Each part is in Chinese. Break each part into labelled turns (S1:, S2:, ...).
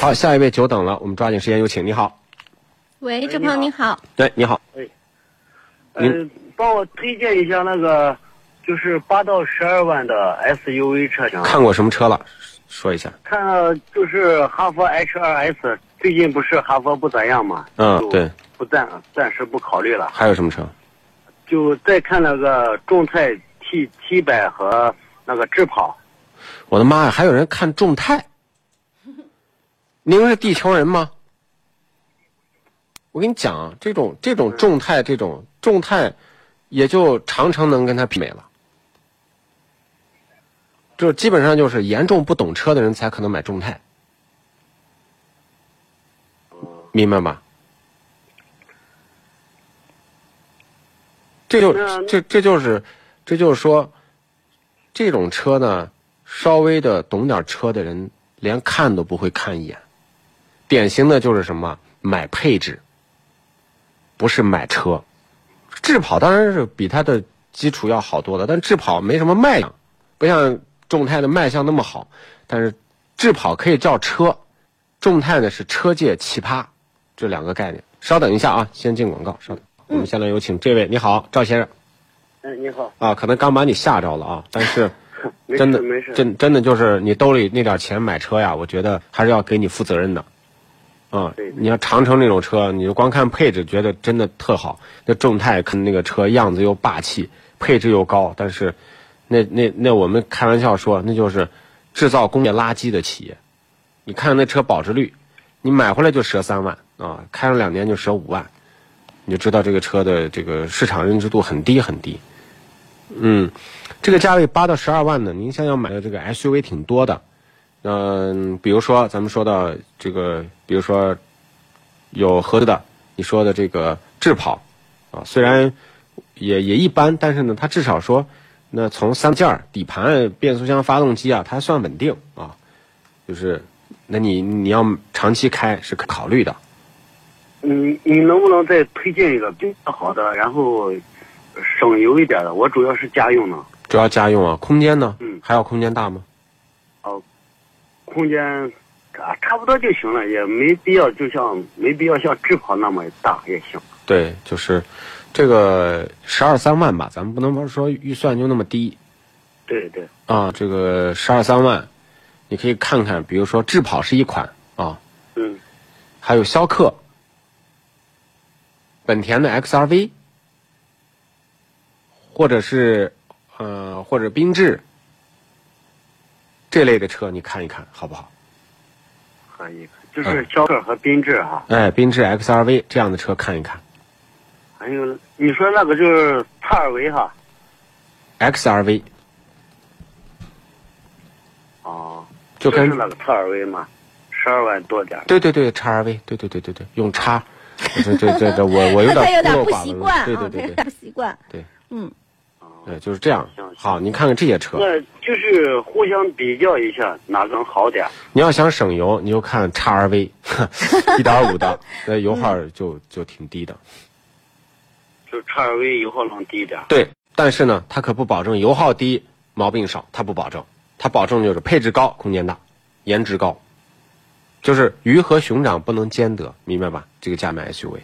S1: 好，下一位久等了，我们抓紧时间有请。你好，
S2: 喂，
S3: 喂
S2: 这朋友
S3: 你
S2: 你好，
S1: 对，你好，
S3: 嗯，帮我推荐一下那个，就是八到十二万的 SUV 车型。啊
S1: 看过什么车了？说一下。
S3: 看了就是哈弗 H 2 S，最近不是哈佛不咋样嘛？
S1: 嗯
S3: 就
S1: 对，
S3: 不暂暂时不考虑了，
S1: 还有什么车？
S3: 就再看那个众泰 T 七百和那个智跑。
S1: 我的妈呀，还有人看众泰？您是地球人吗？我跟你讲啊，这种这种众泰，这种众泰，也就长城能跟他媲美了。这基本上就是严重不懂车的人才可能买众泰，明白吧？这就
S3: 那
S1: 这这就是这就是说，这种车呢，稍微的懂点车的人连看都不会看一眼，典型的就是什么买配置，不是买车。智跑当然是比它的基础要好多了，但智跑没什么卖相，不像众泰的卖相那么好。但是智跑可以叫车，众泰呢是车界奇葩，这两个概念。稍等一下啊，先进广告，稍等。我们先来有请这位，你好，赵先生
S3: 嗯，你好，
S1: 啊，可能刚把你吓着了啊，但是
S3: 没事
S1: 真的
S3: 没事，
S1: 真真的就是你兜里那点钱买车呀，我觉得还是要给你负责任的。啊、
S3: 对对
S1: 你要长城那种车，你就光看配置，觉得真的特好。那众泰看那个车样子又霸气，配置又高，但是那那那我们开玩笑说，那就是制造工业垃圾的企业。你看那车保值率，你买回来就折三万啊，开了两年就折五万，你就知道这个车的这个市场认知度很低很低。嗯，这个价位八到十二万呢，您想想买的这个 SUV 挺多的，嗯、比如说咱们说到这个，比如说有合资的，你说的这个智跑啊，虽然也也一般，但是呢，它至少说，那从三件儿、底盘、变速箱、发动机啊，它还算稳定啊，就是那你你要长期开是可考虑的。
S3: 你你能不能再推荐一个比较好的，然后省油一点的？我主要是家用呢，
S1: 主要家用啊，空间呢？
S3: 嗯
S1: 还要空间大吗？
S3: 空间啊差不多就行了，也没必要就像没必要像智跑那么大也行。
S1: 对，就是这个十二三万吧，咱们不能说预算就那么低
S3: 对对，
S1: 啊。这个十二三万，你可以看看，比如说智跑是一款啊，
S3: 嗯
S1: 还有逍客、本田的 XRV，或者是呃或者缤智这类的车，你看一看好不好？
S3: 可以，就是逍客和缤智哈、
S1: 哎，缤智 XRV 这样的车看一看
S3: 还有你说那个就是帕尔维哈，
S1: ，XRV
S3: 哦，
S1: 就跟
S3: 是那个帕尔维嘛，十二万多点儿。
S1: 对对对，叉 R V，对对对对对，用叉，对对对对，我我 有
S2: 他有
S1: 点
S2: 点不
S1: 孤陋寡
S2: 习
S1: 闻
S2: 惯
S1: 了，
S2: 啊，
S1: 对对
S2: 他有
S1: 对
S2: 点
S1: 对
S2: 不习惯。
S1: 对，
S2: 嗯，
S1: 对，就是这样
S3: 行行。
S1: 好，你看看这些车，
S3: 那就是互相比较一下哪更好点儿。
S1: 你要想省油，你就看叉 R V，一 点五的，那油耗就就挺低的。
S3: 就叉尔 V 油耗能低一点儿。
S1: 对，但是呢，它可不保证油耗低、毛病少，它不保证，它保证就是配置高、空间大、颜值高，就是鱼和熊掌不能兼得，明白吧？这个佳迈 SUV，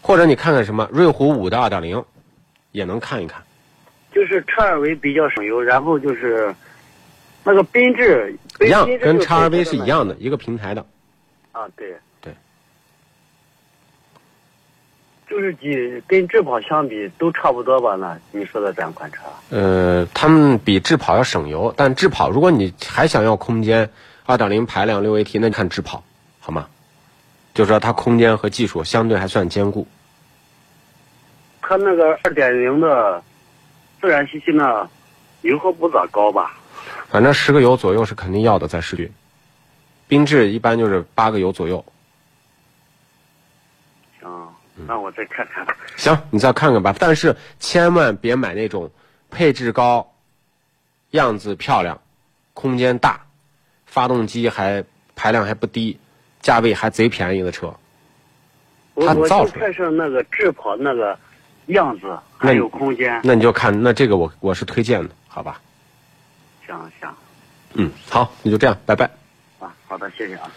S1: 或者你看看什么瑞虎五的二点零，也能看一看。
S3: 就是叉尔 V 比较省油，然后就是那个缤智，
S1: 一样
S3: 缤，智
S1: 跟
S3: 就
S1: 叉 RV
S3: 可以
S1: 是一样的，一个平台的。
S3: 啊，对
S1: 对。
S3: 就是几跟智跑相比都差不多吧？那你说的两款车，
S1: 呃，他们比智跑要省油，但智跑如果你还想要空间，二点零排量六 AT，那你看智跑好吗？就说它空间和技术相对还算兼顾。
S3: 它那个二点零的自然吸气呢，油耗不咋高吧？
S1: 反正十个油左右是肯定要的，在市区。缤智一般就是八个油左右。
S3: 行，
S1: 嗯
S3: 那我再看看。
S1: 行，你再看看吧，但是千万别买那种配置高、样子漂亮、空间大、发动机还排量还不低、价位还贼便宜的车。
S3: 我
S1: 它
S3: 我
S1: 造
S3: 就
S1: 出来
S3: 看上那个智跑那个样子，
S1: 那
S3: 还
S1: 你
S3: 有空间。
S1: 那你就看，那这个我我是推荐的，好吧？
S3: 行行，
S1: 嗯，好，那就这样，拜拜。
S3: 啊，好的，谢谢啊。